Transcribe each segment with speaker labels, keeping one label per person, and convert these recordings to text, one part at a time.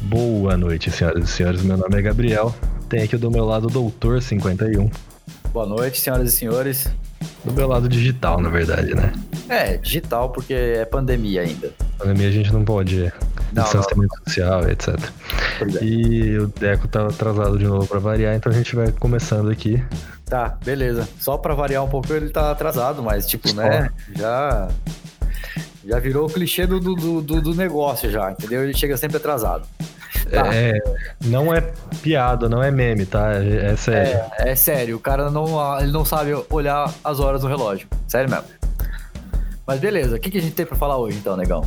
Speaker 1: Boa noite, senhoras e senhores. Meu nome é Gabriel. Tem aqui do meu lado o Doutor 51.
Speaker 2: Boa noite, senhoras e senhores.
Speaker 1: Do meu lado digital, na verdade, né?
Speaker 2: É, digital, porque é pandemia ainda.
Speaker 1: Pandemia a gente não pode
Speaker 2: Não,
Speaker 1: distanciamento social, etc.
Speaker 2: Pois é.
Speaker 1: E o Deco tá atrasado de novo pra variar, então a gente vai começando aqui.
Speaker 2: Tá, beleza. Só pra variar um pouco, ele tá atrasado, mas tipo, né? Já. Já virou o clichê do, do, do, do negócio, já, entendeu? Ele chega sempre atrasado. Tá.
Speaker 1: É, não é piada, não é meme, tá? É, é sério.
Speaker 2: É, é sério, o cara não, ele não sabe olhar as horas no relógio. Sério mesmo. Mas beleza, o que, que a gente tem pra falar hoje então, negão?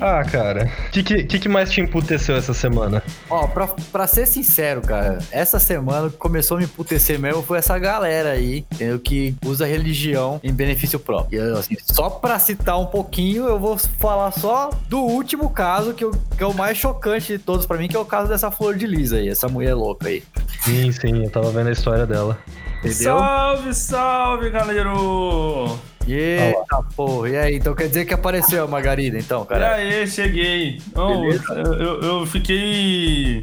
Speaker 1: Ah, cara. O que, que, que que mais te emputeceu essa semana?
Speaker 2: Ó, pra, pra ser sincero, cara, essa semana o que começou a me emputecer mesmo foi essa galera aí, entendeu? Que usa religião em benefício próprio. E, assim, só pra citar um pouquinho, eu vou falar só do último caso, que, eu, que é o mais chocante de todos pra mim, que é o caso dessa flor de lisa aí, essa mulher louca aí.
Speaker 1: Sim, sim, eu tava vendo a história dela.
Speaker 2: Entendeu?
Speaker 3: Salve, salve, galero!
Speaker 2: Eita porra, e aí? Então quer dizer que apareceu a Margarida, então, cara?
Speaker 3: E aí, cheguei. Não,
Speaker 2: Beleza?
Speaker 3: eu, eu- eu fiquei.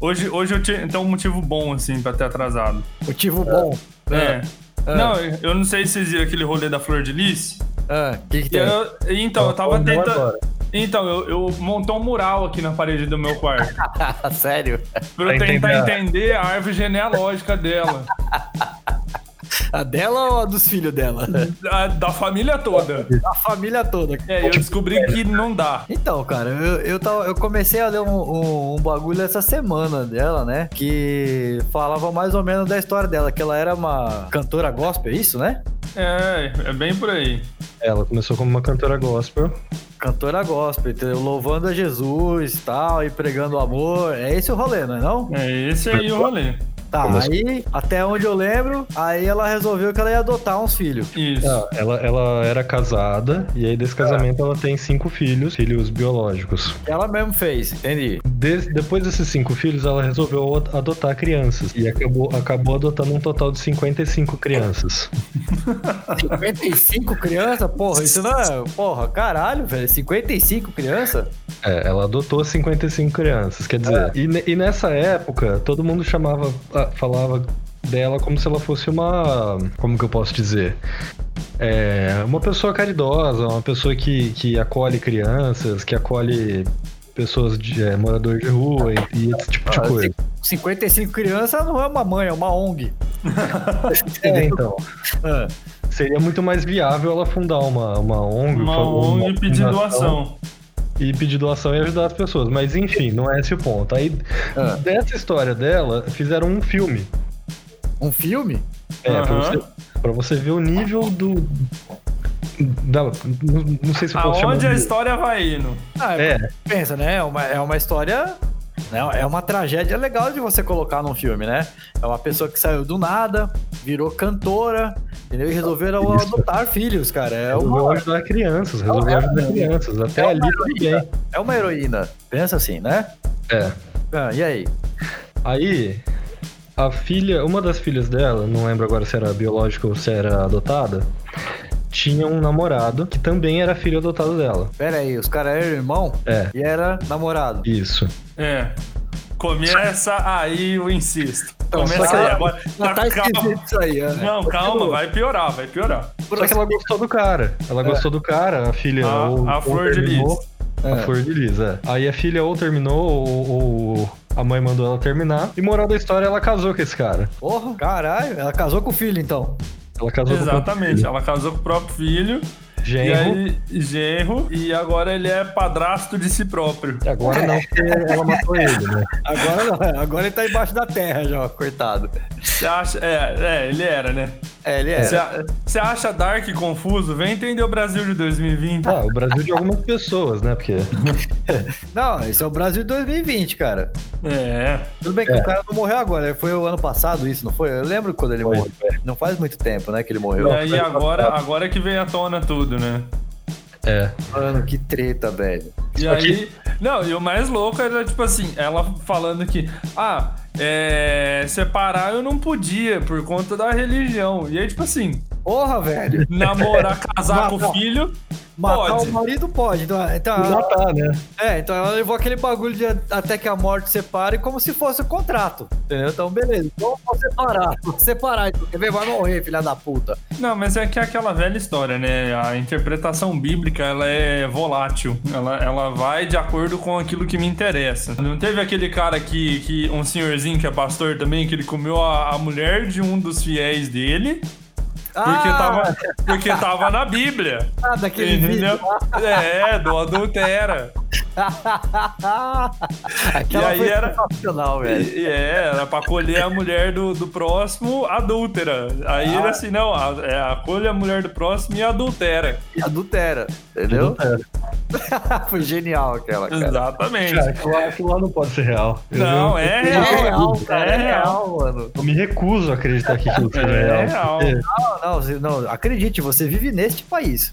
Speaker 3: Hoje, hoje eu tinha então, um motivo bom, assim, pra ter atrasado.
Speaker 2: Motivo bom.
Speaker 3: É.
Speaker 2: Ah.
Speaker 3: Não, eu não sei se vocês viram aquele rolê da Flor de Lis.
Speaker 2: Ah, o que, que
Speaker 3: E
Speaker 2: tem?
Speaker 3: eu- então, eu tava
Speaker 1: Vamos
Speaker 3: tentando.
Speaker 1: Tá agora.
Speaker 3: Então, eu, eu montei um mural aqui na parede do meu quarto.
Speaker 2: Ah, Sério?
Speaker 3: Pra eu
Speaker 1: Pra
Speaker 3: tentar
Speaker 1: entender.
Speaker 3: entender a árvore genealógica dela.
Speaker 2: A dela ou a dos filhos dela?
Speaker 3: da, da família toda.
Speaker 2: A família toda, cara.
Speaker 3: E aí eu descobri que não dá.
Speaker 2: Então, cara, eu, eu, tava- eu comecei a ler um, um- um bagulho essa semana dela, né? Que falava mais ou menos da história dela, que ela era uma cantora gospel, é isso, né?
Speaker 3: É, é bem por aí.
Speaker 1: Ela começou como uma cantora gospel.
Speaker 2: Cantora gospel, entendeu? louvando a Jesus e tal, e pregando o amor. É esse o rolê, não é não?
Speaker 3: É esse aí o rolê.
Speaker 2: Tá,
Speaker 1: Começou.
Speaker 2: aí, até onde eu lembro, aí ela resolveu que ela ia adotar uns filhos.
Speaker 3: Isso.
Speaker 1: Ah, ela, ela era casada e aí desse casamento ela tem cinco filhos, filhos biológicos.
Speaker 2: Ela mesmo fez, entendi.
Speaker 1: Des- depois desses cinco filhos, ela resolveu ad- adotar crianças e acabou, acabou adotando um total de 55 crianças.
Speaker 2: 55 crianças? Porra, isso não é. Porra, caralho, velho. 55 crianças?
Speaker 1: É, ela adotou 55 crianças, quer dizer. E, ne- e nessa época, todo mundo chamava, ah, falava dela como se ela fosse uma. Como que eu posso dizer? É, uma pessoa caridosa, uma pessoa que, que acolhe crianças, que acolhe pessoas de é, morador de rua e, e esse tipo de
Speaker 2: Ah,
Speaker 1: coisa.
Speaker 2: 55 crianças não é uma mãe, é uma ONG.
Speaker 1: É, então,
Speaker 2: Ah,
Speaker 1: seria muito mais viável ela fundar uma, uma ONG,
Speaker 3: Uma ONG e pedir doação.
Speaker 1: e pedir doação e ajudar as pessoas. Mas enfim, não é esse o ponto. Aí
Speaker 2: Ah.
Speaker 1: dessa história dela, fizeram um filme.
Speaker 2: um filme?
Speaker 1: É, pra,
Speaker 3: Aham.
Speaker 1: você, pra você ver o nível do. da- não, não sei se eu posso
Speaker 3: Aonde a
Speaker 1: chamar. de-
Speaker 3: história vai indo?
Speaker 2: Ah,
Speaker 1: É,
Speaker 2: Pensa, né? É uma, é uma história. né? É uma tragédia legal de você colocar num filme, né? É uma pessoa que saiu do nada, virou cantora, entendeu? E resolveram
Speaker 1: Isso.
Speaker 2: adotar filhos, cara. É
Speaker 1: resolveu
Speaker 2: uma,
Speaker 1: ajudar crianças, resolveu ajudar crianças. Até
Speaker 2: é uma
Speaker 1: ali tudo bem.
Speaker 2: é uma heroína. Pensa assim, né?
Speaker 1: É.
Speaker 2: Ah, e aí?
Speaker 1: Aí, a filha, uma das filhas dela, não lembro agora se era biológica ou se era adotada, tinha um namorado que também era filho adotado dela.
Speaker 2: Pera aí, os caras eram irmão
Speaker 1: É.
Speaker 2: e era namorado.
Speaker 1: Isso.
Speaker 3: É. Começa aí, eu insisto.
Speaker 2: Então, só
Speaker 3: Começa
Speaker 2: que
Speaker 3: aí
Speaker 2: ela-
Speaker 3: agora.
Speaker 2: Já tá
Speaker 3: calma.
Speaker 2: esquisito isso aí, né?
Speaker 3: Não, calma, vai piorar, vai piorar.
Speaker 1: Só que ela gostou do cara. Ela gostou do cara, a filha
Speaker 3: A-
Speaker 1: ou,
Speaker 3: a
Speaker 1: ou
Speaker 3: flor de
Speaker 1: terminou,
Speaker 3: lis.
Speaker 1: A
Speaker 2: É.
Speaker 1: flor de lis, é. Aí a filha ou terminou ou, ou a mãe mandou ela terminar. E moral da história, ela casou com esse cara.
Speaker 2: Porra, caralho, ela casou com o filho, então.
Speaker 1: Ela casou
Speaker 3: Exatamente.
Speaker 1: com o
Speaker 3: Ela casou com o próprio filho.
Speaker 1: próprio filho.
Speaker 3: E
Speaker 1: genro.
Speaker 3: aí, genro. E agora ele é padrasto de si próprio.
Speaker 1: E Agora não, porque ela matou ele, né?
Speaker 2: Agora não, agora ele tá embaixo da terra já, coitado.
Speaker 3: Você acha. É, é, ele era, né?
Speaker 2: É, ele é.
Speaker 3: Você a- você acha Dark confuso? Vem entender o Brasil de 2020.
Speaker 1: Ah, o Brasil de algumas pessoas, né? Porque
Speaker 2: Não, esse é o Brasil de 2020, cara.
Speaker 3: É.
Speaker 2: Tudo bem que
Speaker 1: É.
Speaker 2: o cara não morreu agora, foi o ano passado isso, não foi? Eu lembro quando ele
Speaker 1: Foi.
Speaker 2: morreu. Não faz muito tempo, né, que ele morreu.
Speaker 3: E aí agora, agora que vem à tona tudo, né?
Speaker 1: É.
Speaker 2: Mano, que treta, velho.
Speaker 3: E
Speaker 1: Só que-
Speaker 3: aí. Não, e o mais louco era, tipo assim, ela falando que, ah, é, separar eu não podia por conta da religião. E aí, tipo assim,
Speaker 2: Porra, velho.
Speaker 3: Namorar, casar
Speaker 2: Não,
Speaker 3: com
Speaker 2: não.
Speaker 3: o filho,
Speaker 2: Matar
Speaker 3: Pode.
Speaker 2: o marido pode. Então, então
Speaker 1: E
Speaker 2: ela,
Speaker 1: matar, né?
Speaker 2: é, então ela levou aquele bagulho de até que a morte separe como se fosse um contrato. Entendeu? Então, beleza. Então vamos separar. Vamos separar. Então, quer ver? Vai morrer, filha da puta.
Speaker 3: Não, mas é que é aquela velha história, né? A interpretação bíblica, ela é volátil. Ela, ela vai de acordo com aquilo que me interessa. Não teve aquele cara que, que um senhorzinho que é pastor também, que ele comeu a, a mulher de um dos fiéis dele, porque, tava, porque tava na Bíblia.
Speaker 2: Ah, daquele
Speaker 3: Entendeu?
Speaker 2: vídeo.
Speaker 3: É, do adultera.
Speaker 2: Ah, Aquela
Speaker 3: E aí
Speaker 2: foi
Speaker 3: era-
Speaker 2: sensacional, velho.
Speaker 3: E- e É, era pra colher a mulher do, do próximo adúltera. Aí
Speaker 2: Ah.
Speaker 3: ele assim, não, a, é, acolhe a mulher do próximo e adultera.
Speaker 2: E adultera, entendeu? foi genial aquela, cara.
Speaker 3: Exatamente.
Speaker 1: Cara, aquilo lá- aquilo lá não pode ser real. Eu-
Speaker 3: É. Não, é
Speaker 2: É
Speaker 3: real.
Speaker 2: real, cara. É
Speaker 3: É
Speaker 2: real, mano.
Speaker 1: Eu me recuso a acreditar que aquilo seja real.
Speaker 3: É real.
Speaker 1: porque
Speaker 2: Não, não, você- não, acredite, você vive neste país.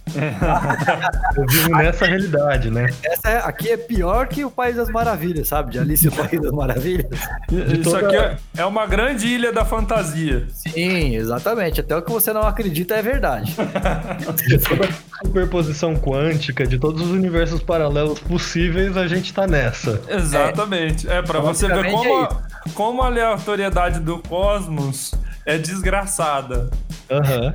Speaker 1: Eu vivo nessa realidade, né?
Speaker 2: Essa é- aqui é pior que o País das Maravilhas, sabe? De Alice no País das Maravilhas.
Speaker 3: Isso
Speaker 1: toda-
Speaker 3: aqui é- é uma grande ilha da fantasia.
Speaker 2: Sim, exatamente. Até o que você não acredita é verdade.
Speaker 1: De toda a superposição quântica, de todos os universos paralelos possíveis, a gente tá nessa.
Speaker 3: Exatamente. É, pra você ver
Speaker 2: Basicamente
Speaker 3: como,
Speaker 2: é
Speaker 3: a, como a aleatoriedade do cosmos é desgraçada.
Speaker 1: Aham.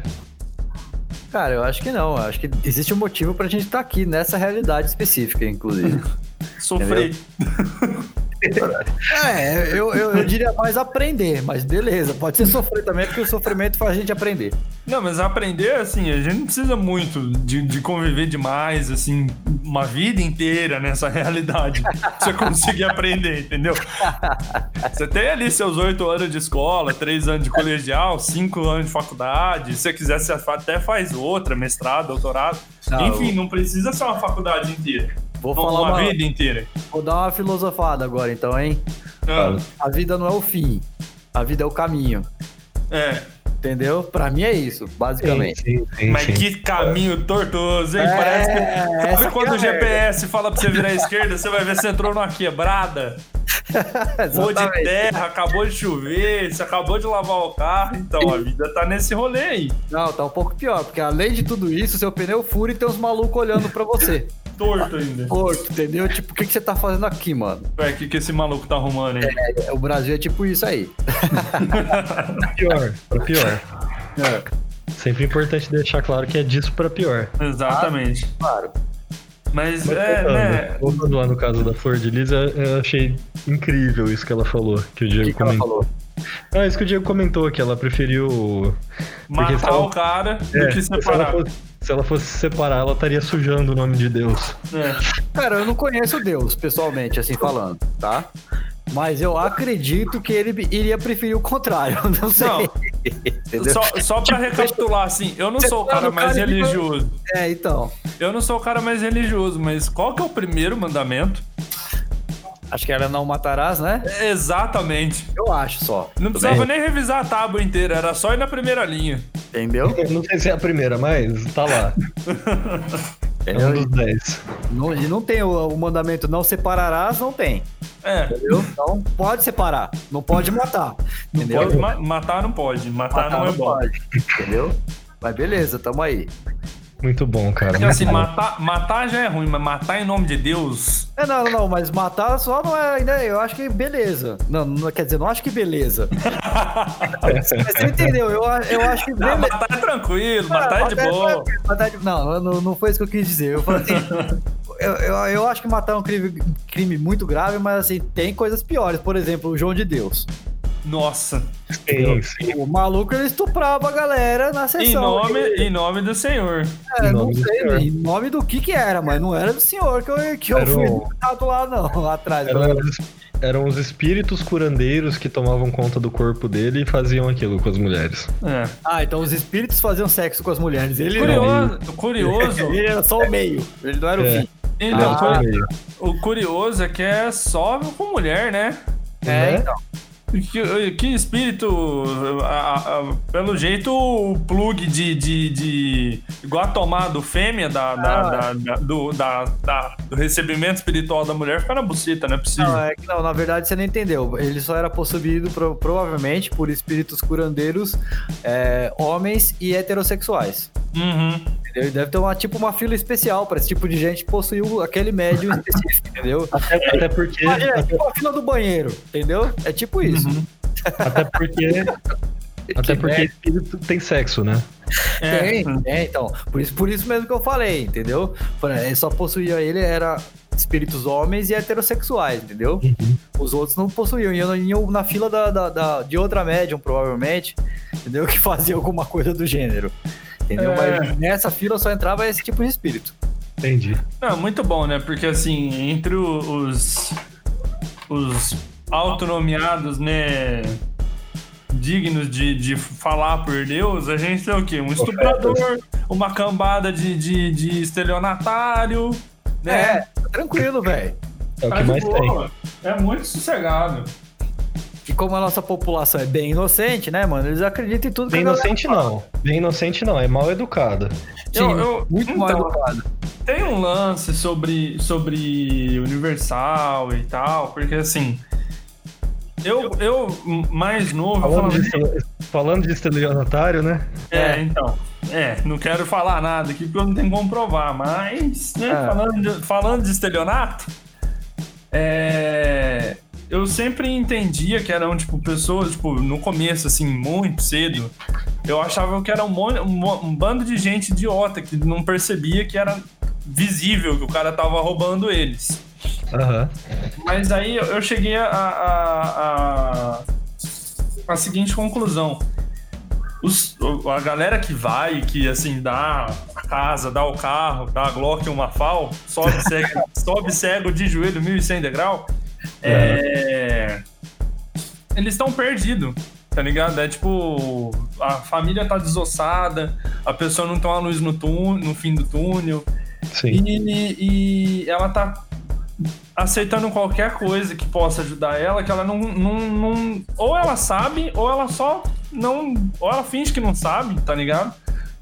Speaker 2: Cara, eu acho que não. Eu acho que existe um motivo pra gente estar aqui nessa realidade específica, inclusive.
Speaker 3: Sofrer.
Speaker 2: É, eu, eu, eu diria mais aprender, mas beleza, pode ser sofrer também, porque o sofrimento faz a gente aprender.
Speaker 3: Não, mas aprender, assim, a gente não precisa muito de, de conviver demais, assim, uma vida inteira nessa realidade. pra Você conseguir aprender, entendeu? Você tem ali seus oito anos de escola, três anos de colegial, cinco anos de faculdade. Se você quiser, você fa- até faz outra, mestrado, doutorado.
Speaker 2: Não,
Speaker 3: Enfim, não precisa ser uma faculdade inteira.
Speaker 2: Tá, Vou
Speaker 3: Uma,
Speaker 2: falar uma,
Speaker 3: vida inteira.
Speaker 2: vou dar uma filosofada agora, então, hein?
Speaker 3: Ah,
Speaker 2: A vida não é o fim, a vida é o caminho,
Speaker 3: é.
Speaker 2: entendeu? Pra mim é isso,
Speaker 1: Sim,
Speaker 2: basicamente.
Speaker 1: sim, sim,
Speaker 3: Mas
Speaker 1: sim.
Speaker 3: que caminho tortuoso, hein?
Speaker 2: É,
Speaker 3: Parece que.
Speaker 2: essa que
Speaker 3: Sabe quando
Speaker 2: é a
Speaker 3: o GPS fala pra você virar à esquerda, você vai ver você entrou numa quebrada, rua de
Speaker 2: Exatamente.
Speaker 3: terra, acabou de chover, você acabou de lavar o carro, então a vida tá nesse rolê aí.
Speaker 2: Não, tá um pouco pior, porque além de tudo isso, seu pneu fura e tem uns malucos olhando pra você.
Speaker 3: Torto ainda.
Speaker 2: Torto, entendeu? Tipo, o que, que você tá fazendo aqui, mano?
Speaker 3: Ué, o que, que esse maluco tá arrumando aí?
Speaker 2: É, o Brasil é tipo isso aí.
Speaker 1: Pra pior, pra pior.
Speaker 2: É.
Speaker 1: Sempre importante deixar claro que é disso pra pior.
Speaker 3: Exatamente.
Speaker 2: Ah, Claro.
Speaker 3: Mas
Speaker 1: Mas
Speaker 3: é,
Speaker 1: voltando,
Speaker 3: né?
Speaker 1: voltando lá no caso da Flor de Lis, eu- eu achei incrível isso que ela falou, que o
Speaker 2: O
Speaker 1: Diego
Speaker 2: que, que ela
Speaker 1: comentou.
Speaker 2: falou?
Speaker 1: Ah, isso que o Diego comentou, que ela preferiu Porque se
Speaker 3: Matar
Speaker 1: ela-
Speaker 3: o cara
Speaker 1: É,
Speaker 3: do que
Speaker 1: se, ela
Speaker 3: separar.
Speaker 1: fosse, se ela fosse separar, ela estaria sujando o nome de Deus.
Speaker 3: É.
Speaker 2: Cara, eu não conheço Deus, pessoalmente, assim falando, tá? Mas eu acredito que ele iria preferir o contrário. Não sei.
Speaker 3: Não.
Speaker 2: Entendeu?
Speaker 3: Só, só pra recapitular, assim, eu não
Speaker 2: Tipo, Você
Speaker 3: sou o
Speaker 2: tá
Speaker 3: cara
Speaker 2: no
Speaker 3: mais
Speaker 2: cara e fica-
Speaker 3: religioso.
Speaker 2: É, então.
Speaker 3: Eu não sou o cara mais religioso, mas qual que é o primeiro mandamento?
Speaker 2: Acho que era não matarás, né?
Speaker 3: Exatamente.
Speaker 2: Eu acho só.
Speaker 3: Não precisava nem revisar a tábua inteira, era só ir na primeira linha.
Speaker 2: Entendeu?
Speaker 1: Eu Não sei se é a primeira, mas tá lá. É um dos
Speaker 2: Eu-
Speaker 1: dez.
Speaker 2: não, e não tem o, o mandamento não separarás, não tem.
Speaker 3: É.
Speaker 2: Entendeu? Então pode separar. Não pode matar. entendeu?
Speaker 3: Pode ma- matar não pode, matar,
Speaker 2: matar
Speaker 3: não é bom.
Speaker 2: pode. Entendeu? Mas beleza, tamo aí.
Speaker 1: Muito bom, cara.
Speaker 3: Porque
Speaker 1: muito
Speaker 3: assim,
Speaker 1: bom.
Speaker 3: matar, matar já é ruim, mas matar em nome de Deus.
Speaker 2: É, não, não, não, mas matar só não é ainda. Eu acho que beleza. Não, não quer dizer, não acho que beleza. mas você entendeu? Eu, a- eu acho que
Speaker 3: Ah,
Speaker 2: beleza.
Speaker 3: matar é tranquilo, matar é de boa.
Speaker 2: Matar é de- Não, não, não foi isso que eu quis dizer. Eu falei assim. Eu, eu, eu acho que matar é um crime, crime muito grave, mas assim, tem coisas piores. Por exemplo, o João de Deus.
Speaker 3: Nossa.
Speaker 1: Sim, sim.
Speaker 2: O maluco ele estuprava a galera na
Speaker 3: Em
Speaker 2: sessão.
Speaker 3: nome, em nome do Senhor.
Speaker 2: É,
Speaker 1: Em
Speaker 2: não
Speaker 1: nome do
Speaker 2: sei,
Speaker 1: senhor.
Speaker 2: em nome do que que era, mas não era do senhor que eu, que eu
Speaker 1: Era
Speaker 2: fui
Speaker 1: um-
Speaker 2: botado lá, não, lá atrás. né?
Speaker 1: Eram, os- eram os espíritos curandeiros que tomavam conta do corpo dele e faziam aquilo com as mulheres.
Speaker 3: É.
Speaker 2: Ah, então os espíritos faziam sexo com as mulheres. Ele não.
Speaker 3: Curioso, curioso,
Speaker 2: Ele era só o meio. Ele não era
Speaker 1: É.
Speaker 2: o fim.
Speaker 1: Ele é
Speaker 3: então,
Speaker 1: o
Speaker 2: Ah.
Speaker 1: primeiro,
Speaker 3: o curioso é que é só com mulher, né?
Speaker 2: É,
Speaker 1: né?
Speaker 2: então.
Speaker 3: Que, eh, que espírito. eh, a- a- pelo jeito, o plug de. de, de- igual a tomada fêmea da, da-
Speaker 2: Ah.
Speaker 3: da- da- do, da- da- do recebimento espiritual da mulher fica na buceta, não é possível.
Speaker 2: Não, é que não, na verdade você não entendeu. Ele só era possuído pro- provavelmente por espíritos curandeiros, é, homens e heterossexuais.
Speaker 3: Uhum.
Speaker 2: Entendeu? E deve ter uma, tipo uma fila especial pra esse tipo de gente que possuiu aquele médium específico, entendeu?
Speaker 1: Até, até porque.
Speaker 2: Imagina, é
Speaker 1: até,
Speaker 2: tipo a fila do banheiro, entendeu? É tipo isso.
Speaker 3: tá Uhum.
Speaker 1: até porque. Até
Speaker 2: Que
Speaker 1: porque espírito tem sexo, né?
Speaker 3: É.
Speaker 2: Tem, é, então. Por isso, por isso mesmo que eu falei, entendeu? Pra- ele Só possuía ele, era espíritos homens e heterossexuais, entendeu? Os outros não possuíam. E eu, e eu na fila da, da- da- de outra médium, provavelmente, entendeu? Que fazia alguma coisa do gênero. Entendeu?
Speaker 3: É.
Speaker 2: Mas nessa fila só entrava esse tipo de espírito.
Speaker 1: Entendi.
Speaker 3: Não, muito bom, né? Porque assim, entre o- os. os autonomeados, né? Dignos de, de falar por Deus, a gente tem o quê? Um estuprador, uma cambada de, de, de estelionatário, né?
Speaker 2: É, tranquilo, velho.
Speaker 1: É o
Speaker 3: Tá
Speaker 1: que
Speaker 3: de
Speaker 1: mais tem.
Speaker 3: boa. É muito sossegado.
Speaker 2: E como a nossa população é bem inocente, né, mano? Eles acreditam em tudo que
Speaker 1: Bem
Speaker 2: a galera
Speaker 1: inocente não. Bem inocente não, é mal educado.
Speaker 2: Sim,
Speaker 3: Eu- eu-
Speaker 2: muito mal
Speaker 3: então,
Speaker 2: educado.
Speaker 3: Tem um lance sobre, sobre Universal e tal, porque assim. Eu, eu mais novo, eu
Speaker 1: Falando
Speaker 3: falava,
Speaker 1: de, estel- falando de estelionatário, né?
Speaker 3: É, então. É, não quero falar nada aqui porque eu não tenho como provar, mas, né,
Speaker 2: É.
Speaker 3: falando, de, falando de estelionato, é, eu sempre entendia que eram, tipo, pessoas, tipo, no começo, assim, muito cedo, eu achava que era um, mon- um mo- um bando de gente idiota que não percebia que era visível que o cara tava roubando eles.
Speaker 1: Aham.
Speaker 3: Mas aí eu- eu cheguei a, a, a- a seguinte conclusão. Os- o- a galera que vai, que assim, dá a casa, dá o carro, dá a Glock e uma FAL, sobe cego, sobe cego de joelho 1.100 degrau, é, eles estão perdidos, tá ligado? É tipo, a família tá desossada, a pessoa não tem uma luz no, tú- no fim do túnel,
Speaker 1: Sim.
Speaker 3: e, e ela tá aceitando qualquer coisa que possa ajudar ela, que ela não, não, não. Ou ela sabe, ou ela só não. Ou ela finge que não sabe, tá ligado?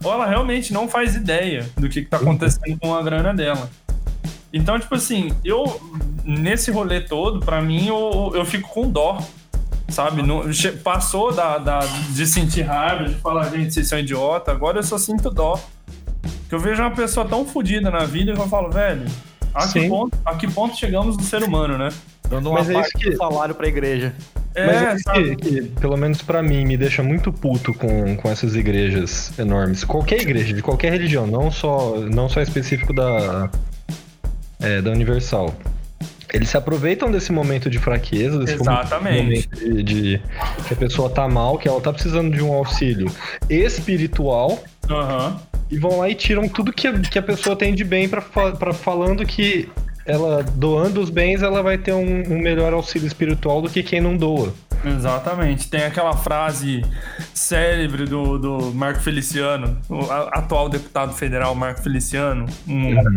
Speaker 3: Ou ela realmente não faz ideia do que, que tá acontecendo com a grana dela. Então, tipo assim, eu. Nesse rolê todo, pra mim, eu, eu fico com dó. Sabe? Não- che- passou da, da- de sentir raiva, de falar, gente, vocês são idiota. Agora eu só sinto dó. Que eu vejo uma pessoa tão fodida na vida que eu falo, velho, a que,
Speaker 1: Sim.
Speaker 3: ponto, a que ponto chegamos no ser humano, né?
Speaker 2: Dando uma
Speaker 1: Mas é isso
Speaker 2: parte
Speaker 1: que-
Speaker 2: do salário pra igreja.
Speaker 3: É,
Speaker 1: Mas é isso que,
Speaker 3: sabe?
Speaker 1: que, pelo menos pra mim, me deixa muito puto com, com essas igrejas enormes. Qualquer igreja, de qualquer religião, não só, não só específico da, é, da Universal. Eles se aproveitam desse momento de fraqueza, desse
Speaker 3: Exatamente.
Speaker 1: momento de, de- que a pessoa tá mal, que ela tá precisando de um auxílio espiritual,
Speaker 3: Aham.
Speaker 1: e vão lá e tiram tudo que, a- que a pessoa tem de bem pra fa- pra falando que ela doando os bens, ela vai ter um- um melhor auxílio espiritual do que quem não doa.
Speaker 3: Exatamente. Tem aquela frase célebre do, do Marco Feliciano, o a- atual deputado federal Marco Feliciano, um
Speaker 1: Uhum.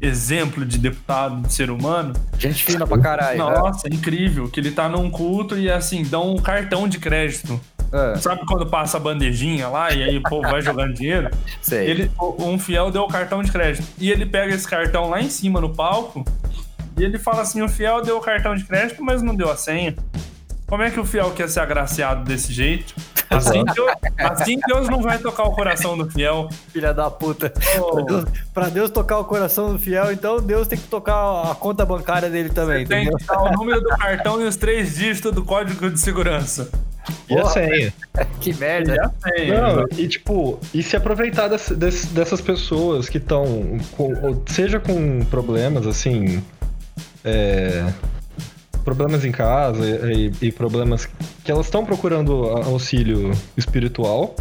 Speaker 3: exemplo de deputado, de ser humano.
Speaker 2: Gente fina pra caralho. né?
Speaker 3: Nossa, é incrível que ele tá num culto e assim, dão um cartão de crédito.
Speaker 2: É,
Speaker 3: Sabe quando passa a bandejinha lá e aí o povo vai jogando dinheiro?
Speaker 2: É, sei.
Speaker 3: Ele, um fiel deu o cartão de crédito. E ele pega esse cartão lá em cima no palco e ele fala assim: o fiel deu o cartão de crédito, mas não deu a senha. Como é que o fiel quer ser agraciado desse jeito? Assim, Deus, assim Deus não vai tocar o coração do fiel.
Speaker 2: Filha da puta. Pra
Speaker 3: Oh,
Speaker 2: Deus, pra Deus tocar o coração do fiel, então Deus tem que tocar a conta bancária dele também,
Speaker 3: tem
Speaker 2: entendeu?
Speaker 3: que dar o número do cartão e os três dígitos do código de segurança.
Speaker 1: E a
Speaker 2: Porra,
Speaker 1: senha.
Speaker 2: Que
Speaker 3: E
Speaker 2: merda.
Speaker 3: a senha.
Speaker 1: Não, e tipo, e se aproveitar desse- desse- dessas pessoas que estão, seja com problemas assim, é, problemas em casa e, e problemas que elas estão procurando a- auxílio espiritual,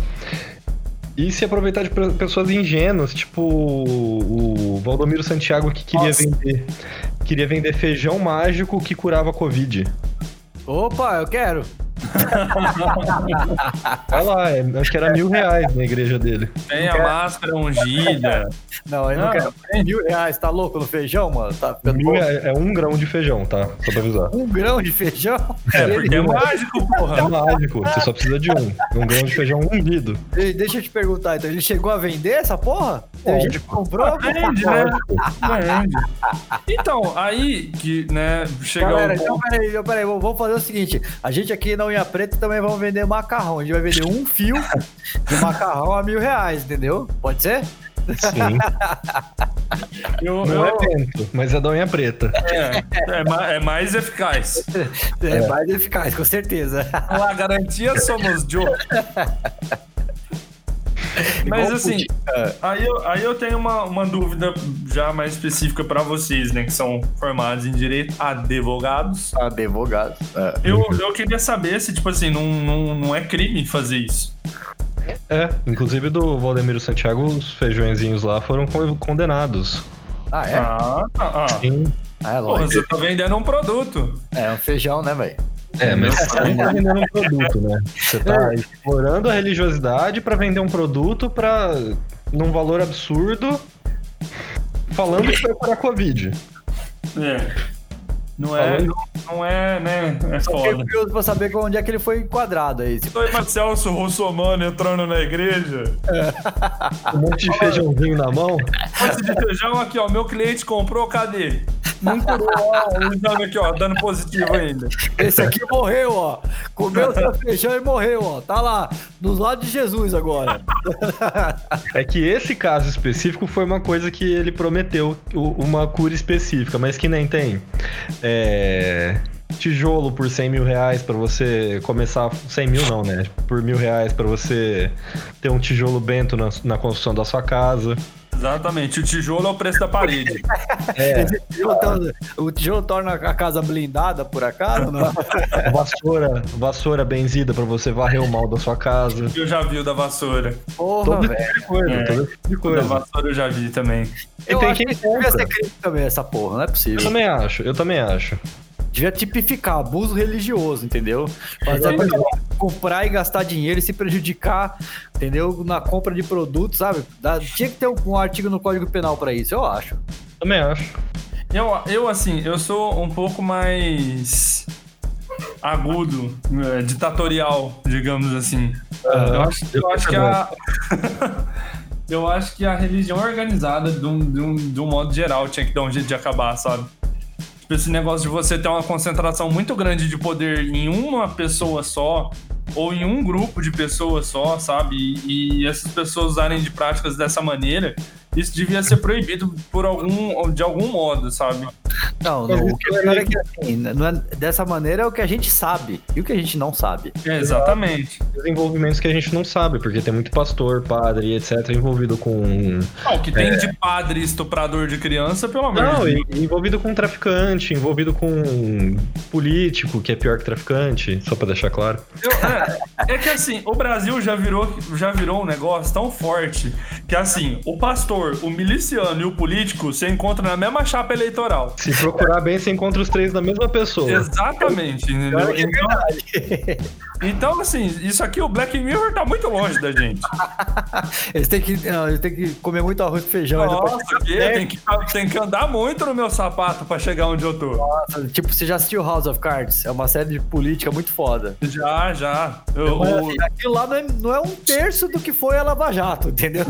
Speaker 1: e se aproveitar de pre- pessoas ingênuas, tipo o Valdomiro Santiago que queria
Speaker 3: Nossa.
Speaker 1: vender, queria vender feijão mágico que curava a Covid.
Speaker 2: Opa, eu quero.
Speaker 1: Vai lá, é- acho que era mil reais na igreja dele.
Speaker 3: Tem a máscara ungida.
Speaker 2: Não, eu não,
Speaker 3: Ah,
Speaker 2: quero. Mil reais, tá louco no feijão, mano? Tá ficando
Speaker 1: Mil
Speaker 2: bom?
Speaker 1: reais é um grão de feijão, tá? Só pra avisar.
Speaker 2: Um grão de feijão?
Speaker 3: É, porque é mágico,
Speaker 1: É
Speaker 3: porra.
Speaker 1: mágico, você só precisa de um. É Um grão de feijão ungido.
Speaker 2: Ei, Deixa eu te perguntar, então, ele chegou a vender essa porra? Tem
Speaker 1: Lógico.
Speaker 2: gente que comprou?
Speaker 3: Vende, né? Vende. Então, aí que, né, chega
Speaker 1: um
Speaker 2: Galera,
Speaker 3: o
Speaker 2: então
Speaker 3: ponto.
Speaker 2: peraí, então, peraí, vamos vamos fazer o seguinte: a gente aqui na Unha Preta também vai vender macarrão. A gente vai vender um fio de macarrão a mil reais, entendeu? Pode ser?
Speaker 1: Sim.
Speaker 3: Eu,
Speaker 1: Não é
Speaker 3: eu-
Speaker 1: vento, mas é da unha preta.
Speaker 3: é, é ma- é mais eficaz. Então,
Speaker 2: É, mais eficaz, com certeza.
Speaker 3: A garantia somos Joe. Mas
Speaker 2: Igual é.
Speaker 3: assim, aí eu, aí eu tenho uma, uma dúvida já mais específica pra vocês, né? Que são formados em direito, advogados.
Speaker 2: Ah, Advogado. É.
Speaker 3: Eu, eu queria saber se, tipo assim, não, não, não é crime fazer isso.
Speaker 1: É, inclusive do Valdemiro Santiago, os feijõezinhos lá foram con- condenados.
Speaker 2: Ah, é?
Speaker 3: Ah, ah, ah.
Speaker 1: Sim.
Speaker 2: Ah, é
Speaker 3: Porra,
Speaker 2: lógico.
Speaker 3: você tá vendendo um produto.
Speaker 2: É um feijão, né, velho?
Speaker 1: É, mas você não tá vendendo um produto, né? Você
Speaker 2: É,
Speaker 1: tá explorando a religiosidade pra vender um produto pra num valor absurdo, falando que vai curar Covid.
Speaker 3: É. Não é, não, não é, né? É
Speaker 2: Fiquei
Speaker 3: foda.
Speaker 2: curioso pra saber onde é que ele foi enquadrado aí. Se-
Speaker 3: Foi Celso Russomano entrando na igreja.
Speaker 1: Um monte de feijãozinho na mão.
Speaker 3: Pote de feijão aqui, ó. Meu cliente comprou, cadê? Não curou, ó. O exame aqui, ó, dando positivo ainda.
Speaker 2: Esse aqui morreu, ó. Comeu seu feijão e morreu, ó. Tá lá, dos lados de Jesus agora.
Speaker 1: É que esse caso específico foi uma coisa que ele prometeu u- uma cura específica, mas que nem tem. É, Tijolo por 100 mil reais pra você começar. 100 mil não, né? Por mil reais pra você ter um tijolo bento na, na construção da sua casa.
Speaker 3: Exatamente. O tijolo é o preço da parede.
Speaker 1: É,
Speaker 2: Esse tijolo torna- o tijolo torna a casa blindada, por acaso? Não?
Speaker 1: vassoura, vassoura benzida pra você varrer o mal da sua casa.
Speaker 3: Eu já vi o da vassoura.
Speaker 2: Porra,
Speaker 1: Todo
Speaker 2: velho.
Speaker 1: tipo de coisa,
Speaker 3: É.
Speaker 1: todo tipo de
Speaker 3: O da
Speaker 1: coisa.
Speaker 3: vassoura eu já vi também.
Speaker 1: E
Speaker 2: Eu
Speaker 1: tem
Speaker 2: acho
Speaker 1: quem
Speaker 2: que devia
Speaker 1: compra.
Speaker 2: ser crime também essa porra, não é
Speaker 1: Eu
Speaker 2: possível.
Speaker 1: também acho, eu também acho.
Speaker 2: Devia tipificar abuso religioso, entendeu? Fazer a
Speaker 1: Exatamente.
Speaker 2: pessoa comprar e gastar dinheiro e se prejudicar, entendeu? Na compra de produtos, sabe? Dá- tinha que ter um, um artigo no Código Penal pra isso, eu acho.
Speaker 1: Também acho.
Speaker 3: Eu, eu assim, eu sou um pouco mais agudo, né, ditatorial, digamos assim. eu acho, eu acho que a. eu acho que a religião é organizada, de um, de, um, de um modo geral, tinha que dar um jeito de acabar, sabe? Tipo, esse negócio de você ter uma concentração muito grande de poder em uma pessoa só, ou em um grupo de pessoas só, sabe? E, e essas pessoas usarem de práticas dessa maneira, isso devia ser proibido por algum, de algum modo, sabe?
Speaker 2: Não,
Speaker 1: Mas
Speaker 2: não, o
Speaker 1: isso
Speaker 2: que eu
Speaker 1: é
Speaker 2: quero é
Speaker 1: meio
Speaker 2: que assim, não é- dessa maneira é o que a gente sabe e o que a gente não sabe.
Speaker 3: exatamente.
Speaker 1: desenvolvimentos que a gente não sabe, porque tem muito pastor, padre, etc., envolvido com.
Speaker 3: Não, o que tem de padre estuprador de criança, pelo menos.
Speaker 1: Não, e- envolvido com traficante, envolvido com político, que é pior que traficante, só pra deixar claro.
Speaker 3: Eu- é, é que assim, o Brasil já virou, já virou um negócio tão forte que assim, o pastor, o miliciano e o político se encontram na mesma chapa eleitoral.
Speaker 1: Se procurar bem, você encontra os três da mesma pessoa.
Speaker 3: Exatamente, entendeu?
Speaker 2: É
Speaker 3: Então, então, assim, isso aqui, o Black Mirror tá muito longe da gente.
Speaker 2: Eles têm que, não, eles têm que comer muito arroz e feijão. aí depois-
Speaker 3: Nossa, que tem que, tem que andar muito no meu sapato pra chegar onde eu tô.
Speaker 2: Nossa, tipo, você já assistiu House of Cards? É uma série de política muito foda.
Speaker 3: Já, já. Eu-
Speaker 2: Mas,
Speaker 3: o-
Speaker 2: assim, aquilo lá não é, não é um terço do que foi a Lava Jato, entendeu?